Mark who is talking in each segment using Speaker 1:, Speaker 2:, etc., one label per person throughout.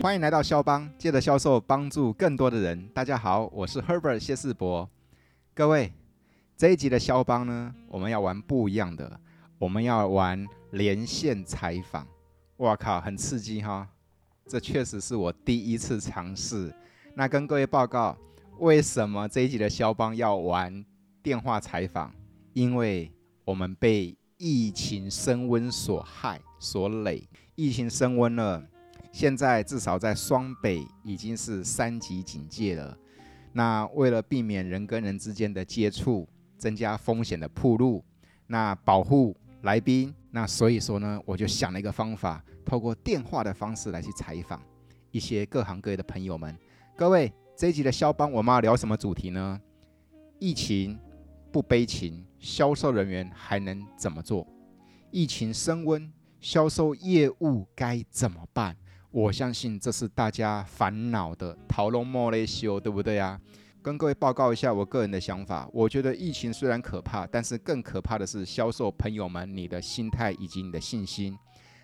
Speaker 1: 欢迎来到肖邦，借着销售帮助更多的人。大家好，我是 Herbert 谢世博。各位，这一集的肖邦呢，我们要玩不一样的，我们要玩连线采访。哇靠，很刺激哈！这确实是我第一次尝试。那跟各位报告，为什么这一集的肖邦要玩电话采访？因为我们被疫情升温所害所累，疫情升温了。现在至少在双北已经是三级警戒了。那为了避免人跟人之间的接触，增加风险的铺路，那保护来宾，那所以说呢，我就想了一个方法，透过电话的方式来去采访一些各行各业的朋友们。各位，这一集的肖邦，我们要聊什么主题呢？疫情不悲情，销售人员还能怎么做？疫情升温，销售业务该怎么办？我相信这是大家烦恼的，逃龙莫雷修，对不对啊？跟各位报告一下我个人的想法，我觉得疫情虽然可怕，但是更可怕的是销售朋友们你的心态以及你的信心。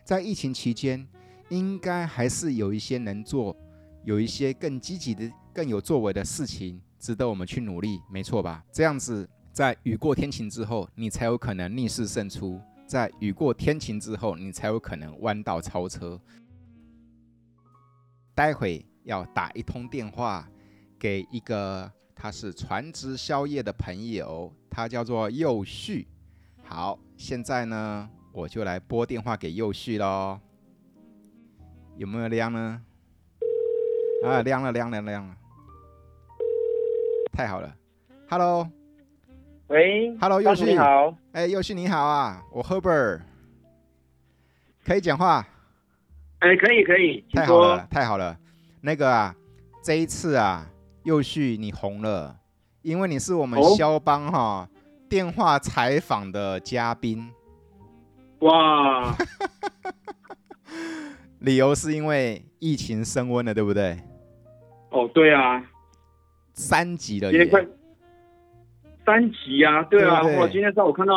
Speaker 1: 在疫情期间，应该还是有一些能做，有一些更积极的、更有作为的事情，值得我们去努力，没错吧？这样子，在雨过天晴之后，你才有可能逆势胜出；在雨过天晴之后，你才有可能弯道超车。待会要打一通电话给一个他是传直销业的朋友，他叫做佑旭。好，现在呢我就来拨电话给佑旭喽。有没有亮呢？啊，亮了，亮了，亮了！太好了，Hello，Hello，
Speaker 2: 喂
Speaker 1: Hello，
Speaker 2: 大
Speaker 1: 又
Speaker 2: 叔
Speaker 1: 是
Speaker 2: 啊你好，
Speaker 1: 哎，佑旭你好啊，我 Herbert，可以讲话。
Speaker 2: 哎，可以可以，请
Speaker 1: 太好
Speaker 2: 说
Speaker 1: 了，。太好了。那个啊，这一次啊，又旭你红了，因为你是我们
Speaker 2: 哦
Speaker 1: 肖邦哈、电话采访的嘉宾。
Speaker 2: 哇，
Speaker 1: 理由是因为疫情升温了，对不对？
Speaker 2: 哦，对啊，
Speaker 1: 三级了
Speaker 2: 今天
Speaker 1: 耶，
Speaker 2: 快三级啊，对啊，
Speaker 1: 对对
Speaker 2: 我今天上午看到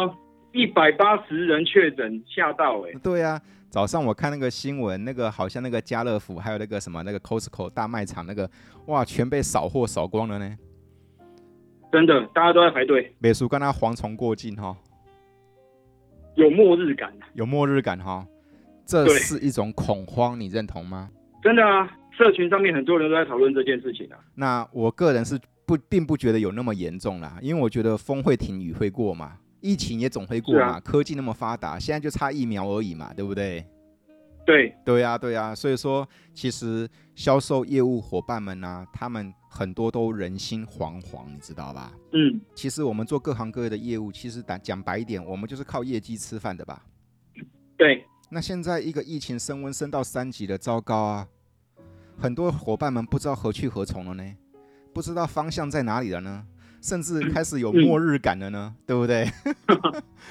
Speaker 2: 一百八十人确诊，吓到哎、
Speaker 1: 对啊，早上我看那个新闻，那个好像那个家乐福，还有那个什么那个 Costco 大卖场那个，哇，全被扫货扫光了呢。
Speaker 2: 真的，大家都在排队，
Speaker 1: 美叔跟他蝗虫过境哈、
Speaker 2: 有末日感，啊
Speaker 1: 有末日感哈、这
Speaker 2: 对
Speaker 1: 是一种恐慌，你认同吗？
Speaker 2: 真的啊。社群上面很多人都在讨论这件事情啊，
Speaker 1: 那我个人是不并不觉得有那么严重啦，因为我觉得风会停，雨会过嘛，疫情也总会过
Speaker 2: 是
Speaker 1: 嘛，
Speaker 2: 啊
Speaker 1: 科技那么发达，现在就差疫苗而已嘛，对不对？
Speaker 2: 对，
Speaker 1: 对呀、对呀、啊所以说其实销售业务伙伴们呢、啊他们很多都人心惶惶，你知道吧？
Speaker 2: 嗯，
Speaker 1: 其实我们做各行各业的业务，其实讲讲白一点，我们就是靠业绩吃饭的吧。
Speaker 2: 对，
Speaker 1: 那现在一个疫情升温升到三级了，糟糕啊！很多伙伴们不知道何去何从了呢，不知道方向在哪里了呢，甚至开始有
Speaker 2: 嗯
Speaker 1: 末日感了 呢，对不对？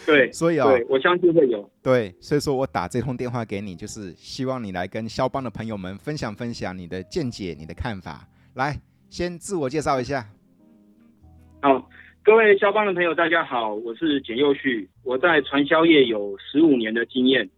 Speaker 2: 对，
Speaker 1: 所以啊、
Speaker 2: 对，我相信会有，
Speaker 1: 对，所以说我打这通电话给你，就是希望你来跟肖邦的朋友们分享分享你的见解、你的看法。来，先自我介绍一下。
Speaker 2: 好，各位肖邦的朋友，大家好，我是简佑旭，我在传销业有十五年的经验。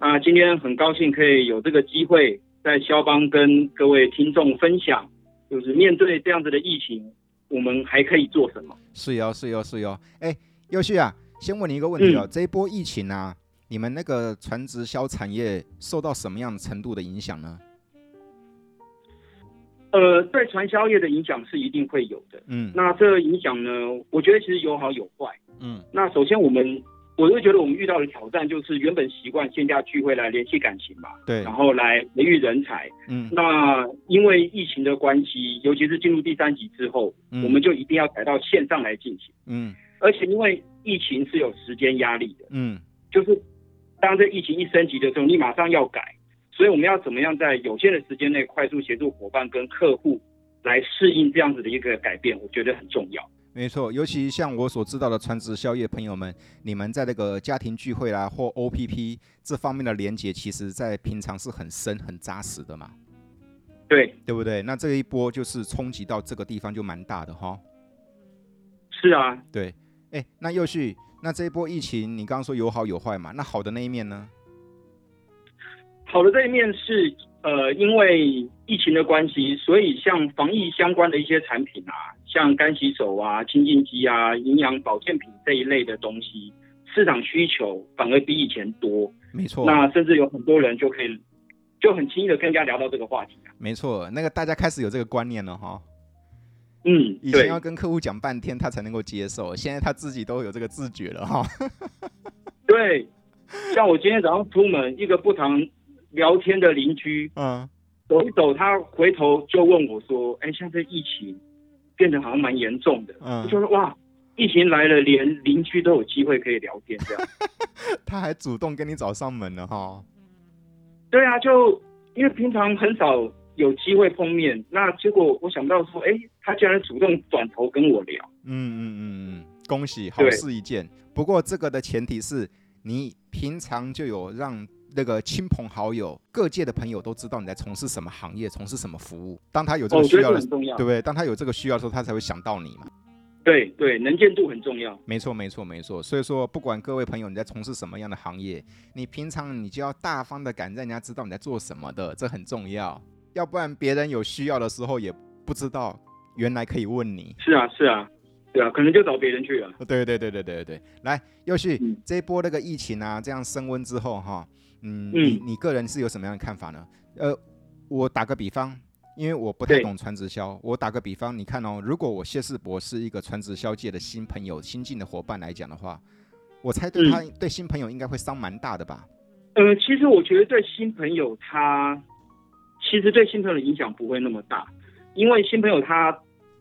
Speaker 2: 啊，今天很高兴可以有这个机会在肖邦跟各位听众分享，就是面对这样子的疫情，我们还可以做什么？
Speaker 1: 是哟，是哟，是哟。哎，佑旭啊，先问你一个问题哦，这一波疫情啊，你们那个传直销产业受到什么样程度的影响呢？
Speaker 2: 呃，对传销业的影响是一定会有的。
Speaker 1: 嗯
Speaker 2: 那这个影响呢，我觉得其实有好有坏。
Speaker 1: 嗯
Speaker 2: 那首先我们，我就觉得我们遇到的挑战就是原本习惯线下聚会来联系感情嘛，，
Speaker 1: 对
Speaker 2: 然，后来培育人才。
Speaker 1: 嗯，
Speaker 2: 那因为疫情的关系，尤其是进入第三级之后，我们
Speaker 1: 嗯
Speaker 2: 就一定要改到线上来进行。
Speaker 1: 嗯
Speaker 2: 而且因为疫情是有时间压力的，
Speaker 1: 嗯
Speaker 2: 就是当这疫情一升级的时候，你马上要改，所以我们要怎么样在有限的时间内快速协助伙伴跟客户来适应这样子的一个改变，我觉得很重要。
Speaker 1: 没错。尤其像我所知道的传直销业朋友们，你们在那个家庭聚会啦或 OPP 这方面的连接，其实在平常是很深很扎实的嘛，
Speaker 2: 对，
Speaker 1: 对不对？那这一波就是冲击到这个地方就蛮大的哈。
Speaker 2: 是啊，
Speaker 1: 对，哎，那又旭，那这一波疫情，你刚刚说有好有坏嘛？那好的那一面呢？
Speaker 2: 好的这一面是，呃，因为疫情的关系，所以像防疫相关的一些产品啊，像干洗手啊、清净机啊、营养保健品这一类的东西，市场需求反而比以前多。
Speaker 1: 没错，
Speaker 2: 那甚至有很多人就可以就很轻易的跟人家聊到这个话题啊。
Speaker 1: 没错，那个大家开始有这个观念了哈。
Speaker 2: 嗯，
Speaker 1: 以前
Speaker 2: 对
Speaker 1: 要跟客户讲半天，他才能够接受，现在他自己都有这个自觉了哈。
Speaker 2: 对，像我今天早上出门，一个不常聊天的邻居
Speaker 1: 嗯，
Speaker 2: 走一走，他回头就问我说：“哎，现在疫情变得好像蛮严重的。”
Speaker 1: 嗯
Speaker 2: 就说哇，疫情来了，连邻居都有机会可以聊天这 样。
Speaker 1: 他还主动跟你找上门了哈。
Speaker 2: 对啊，就因为平常很少有机会碰面，那结果我想到说，哎，他竟然主动转头跟我聊。
Speaker 1: 嗯嗯嗯嗯，恭喜，好
Speaker 2: 对
Speaker 1: 事一件。不过这个的前提是你平常就有让那个亲朋好友、各界的朋友都知道你在从事什么行业、从事什么服务。当他有这
Speaker 2: 哦，我
Speaker 1: 个
Speaker 2: 觉
Speaker 1: 需
Speaker 2: 得
Speaker 1: 要
Speaker 2: 这
Speaker 1: 的，
Speaker 2: 很重要
Speaker 1: 对。不对？当他有这个需要的时候，他才会想到你嘛。
Speaker 2: 对对，能见度很重要。
Speaker 1: 没错，没错，没错。所以说，不管各位朋友你在从事什么样的行业，你平常你就要大方的敢让人家知道你在做什么的，这很重要。要不然别人有需要的时候也不知道，原来可以问你。
Speaker 2: 是啊，是啊，对啊，可能就找别人去了。
Speaker 1: 对对对对对对对，来，佑旭，
Speaker 2: 嗯
Speaker 1: 这一波那个疫情啊，这样升温之后哈，嗯，
Speaker 2: 嗯
Speaker 1: 你你个人是有什么样的看法呢？呃，我打个比方，因为我不太
Speaker 2: 对
Speaker 1: 懂传直销，我打个比方，你看哦，如果我谢世博是一个传直销界的新朋友、新进的伙伴来讲的话，我猜
Speaker 2: 嗯
Speaker 1: 对他、对新朋友应该会伤蛮大的吧？
Speaker 2: 呃，其实我觉得对新朋友他，其实对新朋友的影响不会那么大，因为新朋友他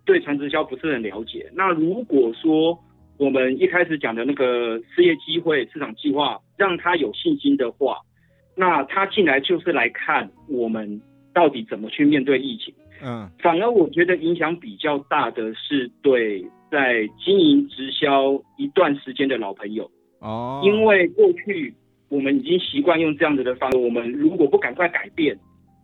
Speaker 2: 对传直销不是很了解。那如果说我们一开始讲的那个事业机会、市场计划，让他有信心的话，那他进来就是来看我们到底怎么去面对疫情。
Speaker 1: 嗯
Speaker 2: 反而我觉得影响比较大的是对在经营直销一段时间的老朋友。
Speaker 1: 哦，
Speaker 2: 因为过去我们已经习惯用这样子的方式，我们如果不赶快改变，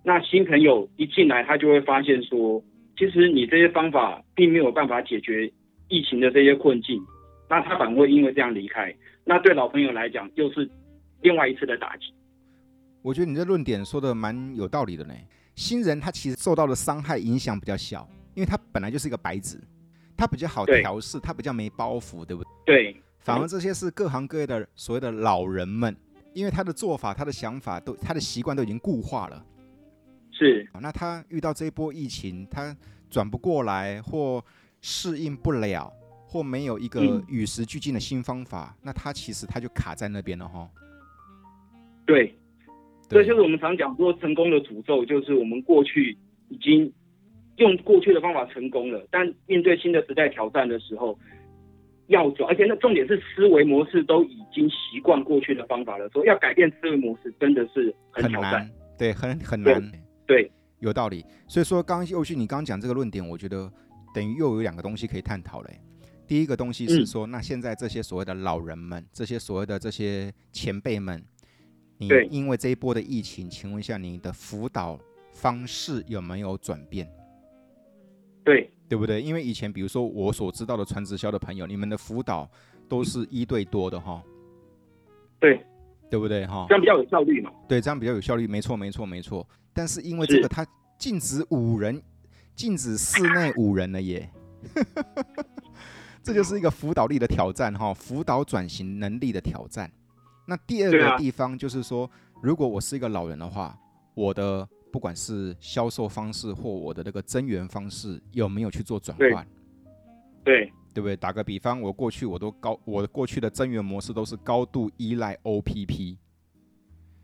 Speaker 2: 那新朋友一进来，他就会发现说，其实你这些方法并没有办法解决疫情的这些困境，那他反而会因为这样离开。那对老朋友来讲，又是另外一次的打击。
Speaker 1: 我觉得你这论点说的蛮有道理的呢。新人他其实受到的伤害影响比较小，因为他本来就是一个白纸，他比较好
Speaker 2: 对
Speaker 1: 调试，他比较没包袱，对不对？
Speaker 2: 对，
Speaker 1: 反而这些是各行各业的所谓的老人们，因为他的做法、他的想法都、他的习惯都已经固化了。
Speaker 2: 是，
Speaker 1: 啊那他遇到这一波疫情，他转不过来或适应不了，或没有一个
Speaker 2: 嗯
Speaker 1: 与时俱进的新方法，那他其实他就卡在那边了哈。
Speaker 2: 对，这
Speaker 1: 对
Speaker 2: 就是我们常讲说成功的诅咒，就是我们过去已经用过去的方法成功了，但面对新的时代挑战的时候，要转，而且那重点是思维模式都已经习惯过去的方法了，说要改变思维模式真的是很
Speaker 1: 很
Speaker 2: 挑战。
Speaker 1: 难，对，很很
Speaker 2: 对
Speaker 1: 难，
Speaker 2: 对，
Speaker 1: 有道理。所以说，刚刚佑旭你刚刚讲这个论点，我觉得等于又有两个东西可以探讨嘞。第一个东西是
Speaker 2: 嗯
Speaker 1: 说，那现在这些所谓的老人们，这些所谓的这些前辈们，你
Speaker 2: 对
Speaker 1: 因为这一波的疫情，请问一下你的辅导方式有没有转变？
Speaker 2: 对
Speaker 1: 对不对？因为以前比如说我所知道的传直销的朋友，你们的辅导都是一对多的哈，
Speaker 2: 对，
Speaker 1: 对不对哈？
Speaker 2: 这样比较有效率嘛。
Speaker 1: 对，这样比较有效率。没错，没错，没错。但是因为这
Speaker 2: 是
Speaker 1: 个，它禁止五人，禁止室内五人了耶。 这就是一个辅导力的挑战哈、辅导转型能力的挑战。那第二
Speaker 2: 对
Speaker 1: 个
Speaker 2: 啊
Speaker 1: 地方就是说，如果我是一个老人的话，我的不管是销售方式或我的那个增援方式有没有去做转
Speaker 2: 对
Speaker 1: 换，
Speaker 2: 对
Speaker 1: 对不对？打个比方，我过去我都高，我过去的增援模式都是高度依赖 OPP，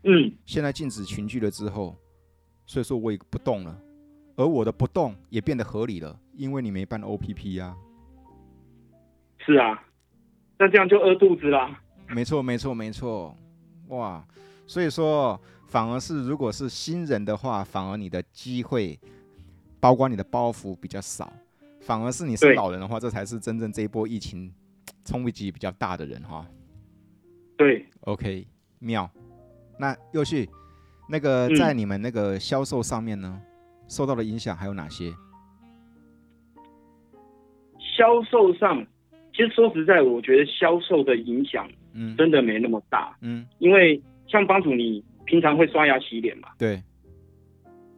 Speaker 2: 嗯，
Speaker 1: 现在禁止群聚了之后，所以说我也不动了，而我的不动也变得合理了，因为你没办 OPP 呀、
Speaker 2: 是啊，那这样就饿肚子啦。
Speaker 1: 没错，没错，没错，哇！所以说，反而是如果是新人的话，反而你的机会，包括你的包袱比较少，反而是你是
Speaker 2: 对
Speaker 1: 老人的话，这才是真正这一波疫情冲击比较大的人哈。
Speaker 2: 对，
Speaker 1: OK，妙。那又旭，那个
Speaker 2: 嗯
Speaker 1: 在你们那个销售上面呢，受到的影响还有哪些？
Speaker 2: 销售上，其实说实在，我觉得销售的影响
Speaker 1: 嗯
Speaker 2: 真的没那么大。
Speaker 1: 嗯，
Speaker 2: 因为像帮主你平常会刷牙洗脸嘛，
Speaker 1: 对，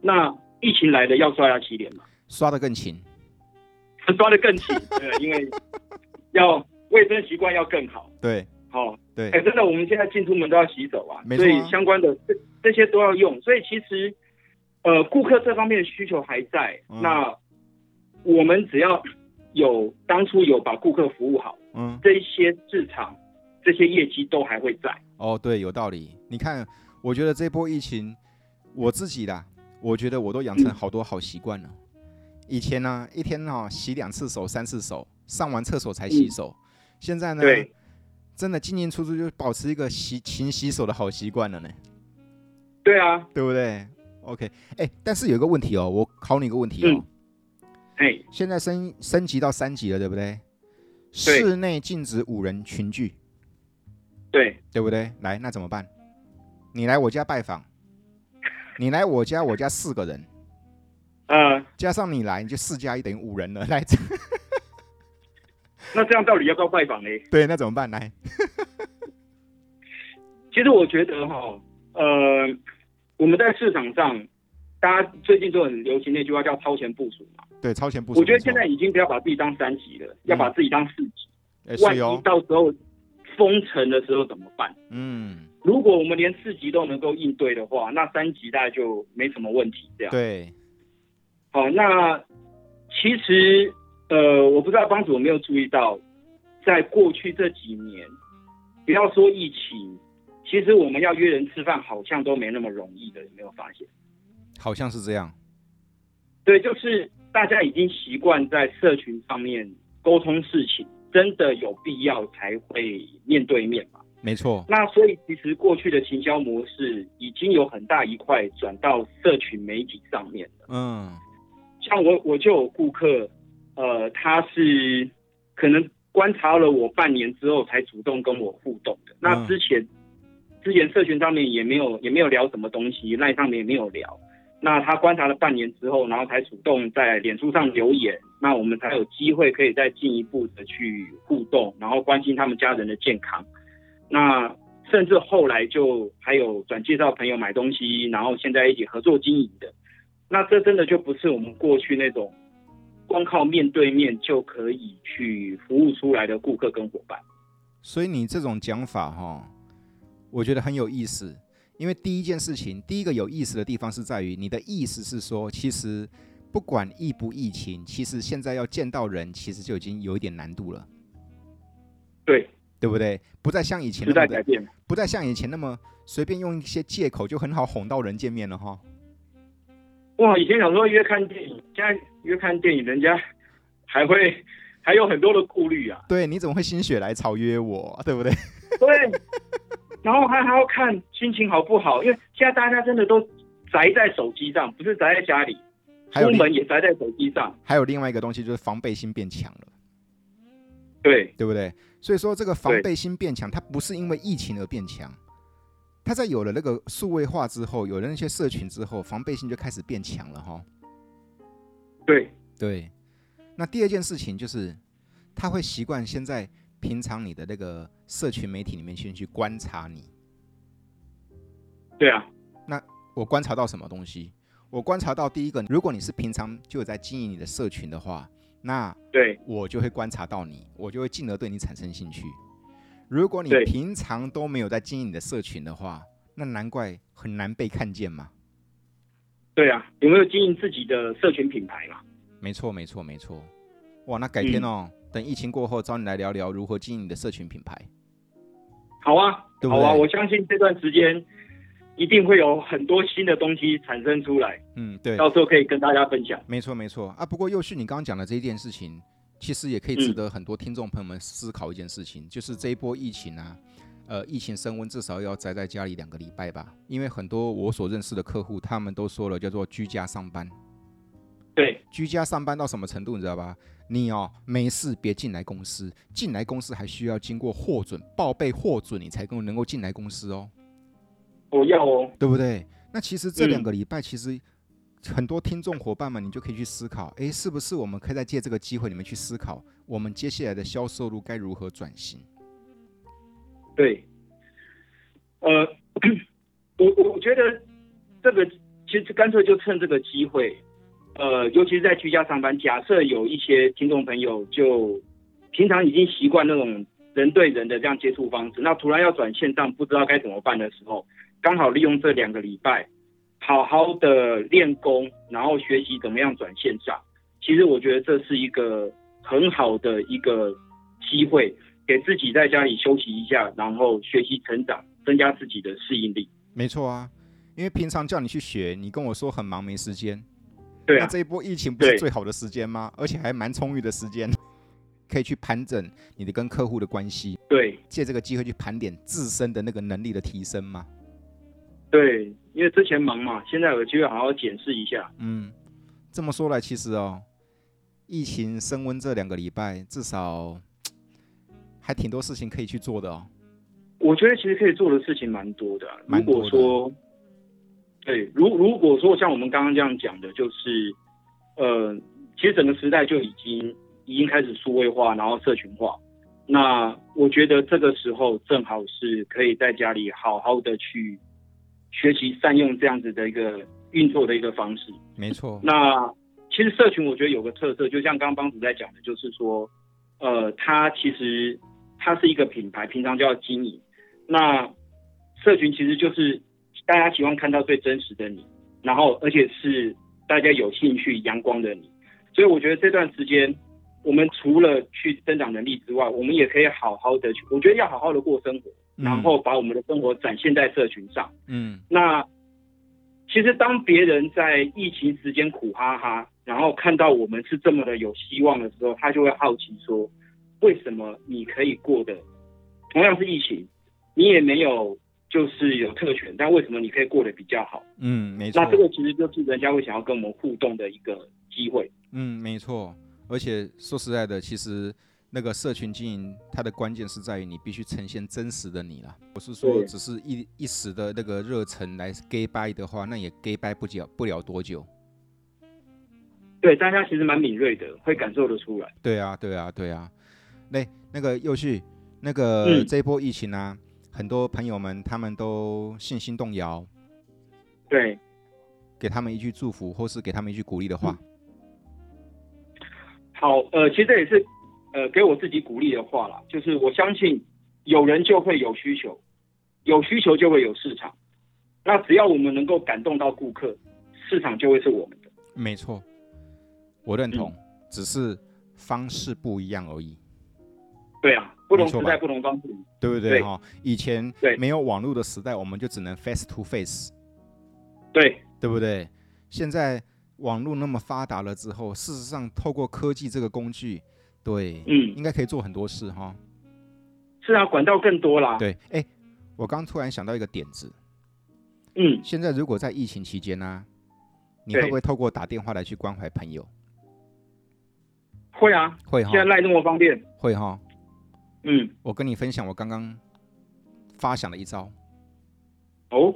Speaker 2: 那疫情来了，要刷牙洗脸嘛，
Speaker 1: 刷得更勤。
Speaker 2: 刷的更 勤，对，因为要卫生习惯要更好。
Speaker 1: 对
Speaker 2: 好、
Speaker 1: 对
Speaker 2: 哎、，真的，我们现在进出门都要洗手啊，
Speaker 1: 没错
Speaker 2: 所
Speaker 1: 啊
Speaker 2: 以相关的这这些都要用。所以其实，呃，顾客这方面的需求还在。
Speaker 1: 嗯
Speaker 2: 那我们只要有当初有把顾客服务好，
Speaker 1: 嗯，
Speaker 2: 这一些市场这些业绩都还会在。
Speaker 1: 哦，对，有道理。你看，我觉得这波疫情，我自己啦，我觉得我都养成
Speaker 2: 嗯
Speaker 1: 好多好习惯了。以前呢、一天呢、洗两次手、三次手，上完厕所才洗
Speaker 2: 嗯
Speaker 1: 手。现在呢，
Speaker 2: 对，
Speaker 1: 真的进进出出就保持一个洗勤洗手的好习惯了呢，
Speaker 2: 对啊，
Speaker 1: 对不对？OK，哎，但是有一个问题哦，我考你一个问题哦。
Speaker 2: 嗯哎，
Speaker 1: 现在升升级到三级了，对不对？室内禁止五人群聚，
Speaker 2: 对，
Speaker 1: 对不对？来，那怎么办？你来我家拜访，你来我家，我家四个人，
Speaker 2: 呃，
Speaker 1: 加上你来，你就四加一等于五人了。来，这
Speaker 2: 那这样到底要不要拜访呢？
Speaker 1: 对，那怎么办？来，
Speaker 2: 其实我觉得哈、呃，我们在市场上，大家最近都很流行那句话叫超前部署嘛。
Speaker 1: 对，超前部署。
Speaker 2: 我觉得
Speaker 1: 没错嗯
Speaker 2: 现在已经不要把自己当三级了，要把自己当四级。
Speaker 1: 哎
Speaker 2: 万
Speaker 1: 是
Speaker 2: 一
Speaker 1: 哦，
Speaker 2: 到时候封城的时候怎么办？
Speaker 1: 嗯，
Speaker 2: 如果我们连四级都能够应对的话，那三级大概就没什么问题。这样，
Speaker 1: 对，
Speaker 2: 好，那其实呃，我不知道帮主有没有注意到，在过去这几年，不要说疫情，其实我们要约人吃饭好像都没那么容易的，有没有发现？
Speaker 1: 好像是这样。
Speaker 2: 对，就是大家已经习惯在社群上面沟通事情，真的有必要才会面对面嘛。
Speaker 1: 没错，
Speaker 2: 那所以其实过去的行销模式已经有很大一块转到社群媒体上面了。
Speaker 1: 嗯，
Speaker 2: 像我我就有顾客，呃，他是可能观察了我半年之后才主动跟我互动的。那之前、之前社群上面也没有也没有聊什么东西，赖上面也没有聊。那他观察了半年之后，然后才主动在脸书上留言，那我们才有机会可以再进一步的去互动，然后关心他们家人的健康。那甚至后来就还有转介绍朋友买东西，然后现在一起合作经营的。那这真的就不是我们过去那种光靠面对面就可以去服务出来的顾客跟伙伴。
Speaker 1: 所以你这种讲法哈、我觉得很有意思。因为第一件事情，第一个有意思的地方是在于你的意思是说，其实不管疫不疫情，其实现在要见到人，其实就已经有一点难度了，
Speaker 2: 对，
Speaker 1: 对不对？不再像以前
Speaker 2: 嗯时
Speaker 1: 那么
Speaker 2: 代
Speaker 1: 的
Speaker 2: 改变，
Speaker 1: 不再像以前那么随便用一些借口就很好哄到人见面了哈。
Speaker 2: 哇！以前想说约看电影，现在约看电影，人家还会还有很多的顾虑啊。
Speaker 1: 对，你怎么会心血来潮约我，对不 对？
Speaker 2: 对，然后还还要看心情好不好，因为现在大家真的都宅在手机上，不是宅在家里，
Speaker 1: 还有
Speaker 2: 出
Speaker 1: 另
Speaker 2: 门也宅在手机上。
Speaker 1: 还有另外一个东西就是防备心变强了，
Speaker 2: 对，
Speaker 1: 对不对？所以说这个防
Speaker 2: 对
Speaker 1: 备心变强，它不是因为疫情而变强，它在有了那个数位化之后，有了那些社群之后，防备心就开始变强了哈。
Speaker 2: 对，
Speaker 1: 对，那第二件事情就是他会习惯先在平常你的那个社群媒体里面先去观察你，
Speaker 2: 对啊，
Speaker 1: 我观察到什么东西？我观察到第一个，如果你是平常就有在经营你的社群的话，那
Speaker 2: 对，
Speaker 1: 我就会观察到你，我就会进而对你产生兴趣。如果你
Speaker 2: 对
Speaker 1: 平常都没有在经营你的社群的话，那难怪很难被看见嘛。
Speaker 2: 对啊，有没有经营自己的社群品牌嘛？
Speaker 1: 没错，没错，没错。哇，那改天哦，等疫情过后找你来聊聊如何经营你的社群品牌。
Speaker 2: 好啊，
Speaker 1: 对不
Speaker 2: 好
Speaker 1: 对
Speaker 2: 啊，我相信这段时间一定会有很多新的东西产生出来，
Speaker 1: 嗯，对，
Speaker 2: 到时候可以跟大家分享。
Speaker 1: 没错，没错啊。不过又旭，你刚刚讲的这一件事情，其实也可以值得很多听众朋友们思考一件事情，就是这一波疫情啊，呃，疫情升温，至少要宅在家里两个礼拜吧。因为很多我所认识的客户，他们都说了叫做居家上班。
Speaker 2: 对
Speaker 1: 居家上班到什么程度，你知道吧？你哦，没事别进来公司，进来公司还需要经过获准、报备获准，你才能能够进来公司哦。
Speaker 2: 我要哦，
Speaker 1: 对不对？那其实这
Speaker 2: 嗯
Speaker 1: 两个礼拜，其实很多听众伙伴们，你就可以去思考，诶，是不是我们可以在借这个机会里面去思考，我们接下来的销售路该如何转型？
Speaker 2: 对，呃，我我我觉得这个其实干脆就趁这个机会，呃，尤其是在居家上班，假设有一些听众朋友就平常已经习惯那种人对人的这样接触方式，那突然要转线上不知道该怎么办的时候，刚好利用这两个礼拜，好好的练功，然后学习怎么样转线上。其实我觉得这是一个很好的一个机会，给自己在家里休息一下，然后学习成长，增加自己的适应力。
Speaker 1: 没错啊，因为平常叫你去学，你跟我说很忙没时间，
Speaker 2: 对
Speaker 1: 那
Speaker 2: 啊，
Speaker 1: 这一波疫情不是
Speaker 2: 对
Speaker 1: 最好的时间吗？而且还蛮充裕的时间，可以去盘整你的跟客户的关系，
Speaker 2: 对
Speaker 1: 借这个机会去盘点自身的那个能力的提升嘛。
Speaker 2: 对，因为之前忙嘛，现在有机会好好检视一下。
Speaker 1: 嗯，这么说来，其实哦，疫情升温这两个礼拜，至少还挺多事情可以去做的哦。
Speaker 2: 我觉得其实可以做的事情蛮多的啊、如
Speaker 1: 蛮多的
Speaker 2: 果说，对，如如果说像我们刚刚这样讲的，就是，呃，其实整个时代就已经已经开始数位化，然后社群化。那我觉得这个时候正好是可以在家里好好的去学习善用这样子的一个运作的一个方式。
Speaker 1: 没错，
Speaker 2: 那其实社群我觉得有个特色，就像刚刚帮主在讲的，就是说，呃，它其实它是一个品牌，平常就要经营。那社群其实就是大家希望看到最真实的你，然后而且是大家有兴趣、阳光的你。所以我觉得这段时间，我们除了去增长能力之外，我们也可以好好的去，我觉得要好好的过生活，然后把我们的生活展现在社群上。
Speaker 1: 嗯
Speaker 2: 那其实当别人在疫情时间苦哈哈，然后看到我们是这么的有希望的时候，他就会好奇说，为什么你可以过得同样是疫情，你也没有就是有特权，但为什么你可以过得比较好？
Speaker 1: 嗯，没错，
Speaker 2: 那这个其实就是人家会想要跟我们互动的一个机会。
Speaker 1: 嗯，没错。而且说实在的，其实那个社群经营，它的关键是在于你必须呈现真实的你啦。不是说
Speaker 2: 对
Speaker 1: 只是一一时的那个热忱来 gay bye 的话，那也 gay bye 不了不了多久。
Speaker 2: 对，大家其实蛮敏锐的，会感受得出来。
Speaker 1: 对啊，对啊，对啊。那那个又旭，那个、
Speaker 2: 嗯
Speaker 1: 这一波疫情啊，很多朋友们他们都信心动摇，
Speaker 2: 对，
Speaker 1: 给他们一句祝福，或是给他们一句鼓励的话。
Speaker 2: 嗯好，呃，其实这也是呃给我自己鼓励的话啦，就是我相信有人就会有需求，有需求就会有市场，那只要我们能够感动到顾客，市场就会是我们的。
Speaker 1: 没错，我认同，
Speaker 2: 嗯
Speaker 1: 只是方式不一样而已。
Speaker 2: 对啊，不同
Speaker 1: 没错
Speaker 2: 时
Speaker 1: 吧
Speaker 2: 代不同方式。
Speaker 1: 对不对？
Speaker 2: 对
Speaker 1: 哈，以前
Speaker 2: 对
Speaker 1: 没有网络的时代，我们就只能 face to face，
Speaker 2: 对
Speaker 1: 对不对？现在网络那么发达了之后，事实上透过科技这个工具，对，
Speaker 2: 嗯
Speaker 1: 应该可以做很多事哈。
Speaker 2: 市场管道更多啦。
Speaker 1: 对，哎，我刚突然想到一个点子，
Speaker 2: 嗯，
Speaker 1: 现在如果在疫情期间呢、你
Speaker 2: 对
Speaker 1: 会不会透过打电话来去关怀朋友？
Speaker 2: 会啊，
Speaker 1: 会哈
Speaker 2: 现，在赖那么方便。
Speaker 1: 会哈。
Speaker 2: 嗯，
Speaker 1: 我跟你分享我刚刚发想的一招，
Speaker 2: 哦，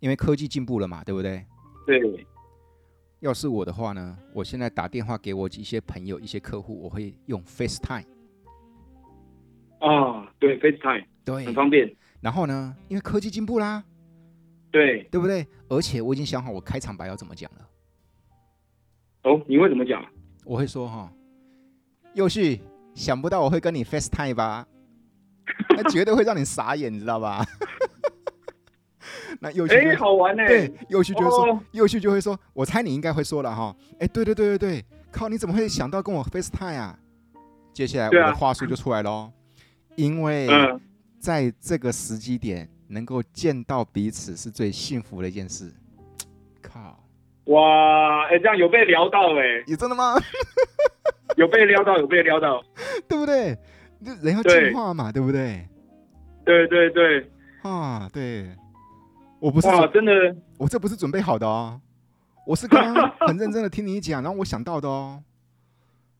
Speaker 1: 因为科技进步了嘛，对不对？
Speaker 2: 对，
Speaker 1: 要是我的话呢，我现在打电话给我一些朋友、一些客户，我会用 FaceTime。
Speaker 2: 啊，对，FaceTime
Speaker 1: 对
Speaker 2: 很方便。
Speaker 1: 然后呢，因为科技进步啦，
Speaker 2: 对，
Speaker 1: 对不对？而且我已经想好我开场白要怎么讲了。
Speaker 2: 哦，你会怎么讲？
Speaker 1: 我会说哈，又旭，想不到我会跟你 FaceTime 吧？ 那绝对会让你傻眼，你知道吧？ 那又旭就
Speaker 2: 哎，好玩呢、
Speaker 1: 对，又旭就会说，
Speaker 2: 哦
Speaker 1: 又旭就会说，我猜你应该会说了哈。哎，对对对对对，靠，你怎么会想到跟我 FaceTime 啊？接下来我
Speaker 2: 对啊
Speaker 1: 的话术就出来喽，因为
Speaker 2: 嗯，
Speaker 1: 在这个时机点能够见到彼此是最幸福的一件事。靠，
Speaker 2: 哇，哎，这样有被聊到哎、
Speaker 1: 你真的吗？
Speaker 2: 有被撩到，有被撩到。
Speaker 1: 对不对？这人要
Speaker 2: 对
Speaker 1: 进化嘛，对不对？
Speaker 2: 对对对，
Speaker 1: 啊，对，我不是
Speaker 2: 哇，
Speaker 1: 准
Speaker 2: 真的，
Speaker 1: 我这不是准备好的哦，我是刚 刚很认真的听你讲，然后我想到的哦。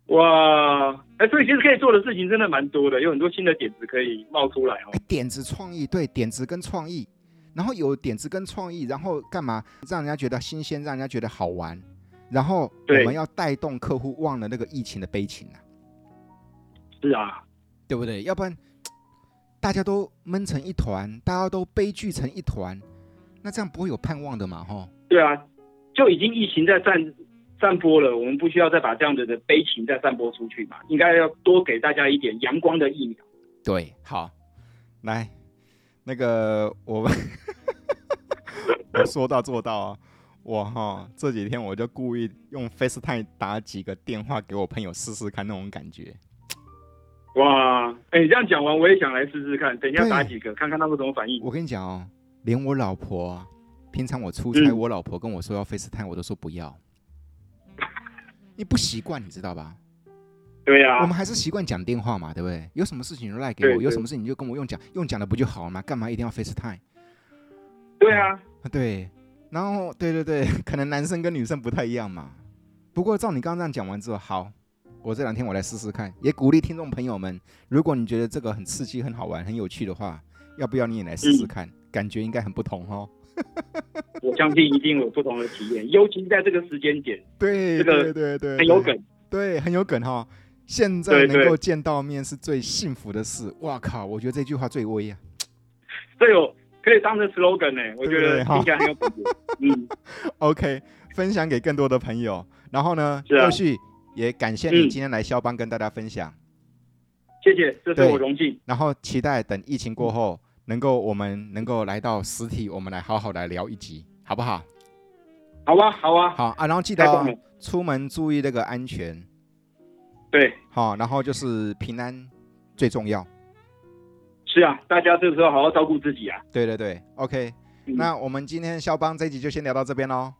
Speaker 2: 哇，哎、所以其实可以做的事情真的蛮多的，有很多新的点子可以冒出来哦
Speaker 1: 哎。点子创意，对，点子跟创意，然后有点子跟创意，然后干嘛让人家觉得新鲜，让人家觉得好玩，然后我
Speaker 2: 对
Speaker 1: 们要带动客户忘了那个疫情的悲情啊，
Speaker 2: 是啊，
Speaker 1: 对不对？要不然大家都闷成一团，大家都悲剧成一团，那这样不会有盼望的嘛，吼。
Speaker 2: 对啊，就已经疫情在散散播了，我们不需要再把这样子的悲情再散播出去嘛，应该要多给大家一点阳光的疫苗。
Speaker 1: 对，好，来，那个我们 我说到做到啊，我哈这几天我就故意用 FaceTime 打几个电话给我朋友试试看那种感觉。
Speaker 2: 哇，哎、你这样讲完，我也想来试试看，等一下
Speaker 1: 对
Speaker 2: 打几个，看看他们怎么反应。
Speaker 1: 我跟你讲哦，连我老婆啊，平常我出差，
Speaker 2: 嗯
Speaker 1: 我老婆跟我说要 FaceTime，我都说不要，你不习惯，你知道吧？
Speaker 2: 对呀、
Speaker 1: 我们还是习惯讲电话嘛，对不对？有什么事情就赖给我，
Speaker 2: 啊对
Speaker 1: 有
Speaker 2: 对
Speaker 1: 什么事情就跟我用讲，用讲的不就好了吗？干嘛一定要 FaceTime？
Speaker 2: 对啊，
Speaker 1: 啊， 对，然后对对 对，可能男生跟女生不太一样嘛。不过照你刚刚这样讲完之后，好，我这两天我来试试看，也鼓励听众朋友们，如果你觉得这个很刺激、很好玩、很有趣的话，要不要你也来试试
Speaker 2: 嗯
Speaker 1: 看？感觉应该很不同哦。
Speaker 2: 我相信一定有不同的体验，尤其是在这个时间点，
Speaker 1: 对
Speaker 2: 这
Speaker 1: 对
Speaker 2: 个
Speaker 1: 对对，
Speaker 2: 很有
Speaker 1: 对
Speaker 2: 梗。
Speaker 1: 对，很有梗哈、现在
Speaker 2: 对
Speaker 1: 能
Speaker 2: 对
Speaker 1: 够见到面是最幸福的事。哇靠，我觉得这句话最威啊！
Speaker 2: 这有可以当成 slogan 呢、我觉
Speaker 1: 对
Speaker 2: 得
Speaker 1: 哈
Speaker 2: 听起来很有感觉。 嗯，
Speaker 1: OK，分享给更多的朋友。然后呢，
Speaker 2: 是啊
Speaker 1: 后续也感谢你
Speaker 2: 嗯
Speaker 1: 今天来肖邦跟大家分享。
Speaker 2: 谢谢，这是
Speaker 1: 对
Speaker 2: 我荣幸。
Speaker 1: 然后期待等疫情过后，能够我们能够来到实体，我们来好好来聊一集，好不好？
Speaker 2: 好啊，好啊，
Speaker 1: 好啊，然后记得
Speaker 2: 太棒
Speaker 1: 哦、
Speaker 2: 了。
Speaker 1: 出门注意那个安全，
Speaker 2: 对，
Speaker 1: 好、然后就是平安最重要。
Speaker 2: 是啊，大家这个时候好好照顾自己啊。
Speaker 1: 对对对，OK，、
Speaker 2: 嗯
Speaker 1: 那我们今天肖邦这一集就先聊到这边喽。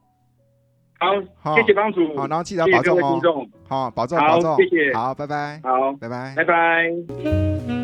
Speaker 2: 好，
Speaker 1: 好、
Speaker 2: 谢谢帮主，
Speaker 1: 好，然后记得
Speaker 2: 谢
Speaker 1: 保
Speaker 2: 谢各
Speaker 1: 重
Speaker 2: 位听
Speaker 1: 哦，
Speaker 2: 众，
Speaker 1: 好、保重，
Speaker 2: 好
Speaker 1: 保重，
Speaker 2: 谢谢
Speaker 1: 好，拜拜，
Speaker 2: 好，
Speaker 1: 拜拜
Speaker 2: 拜。拜。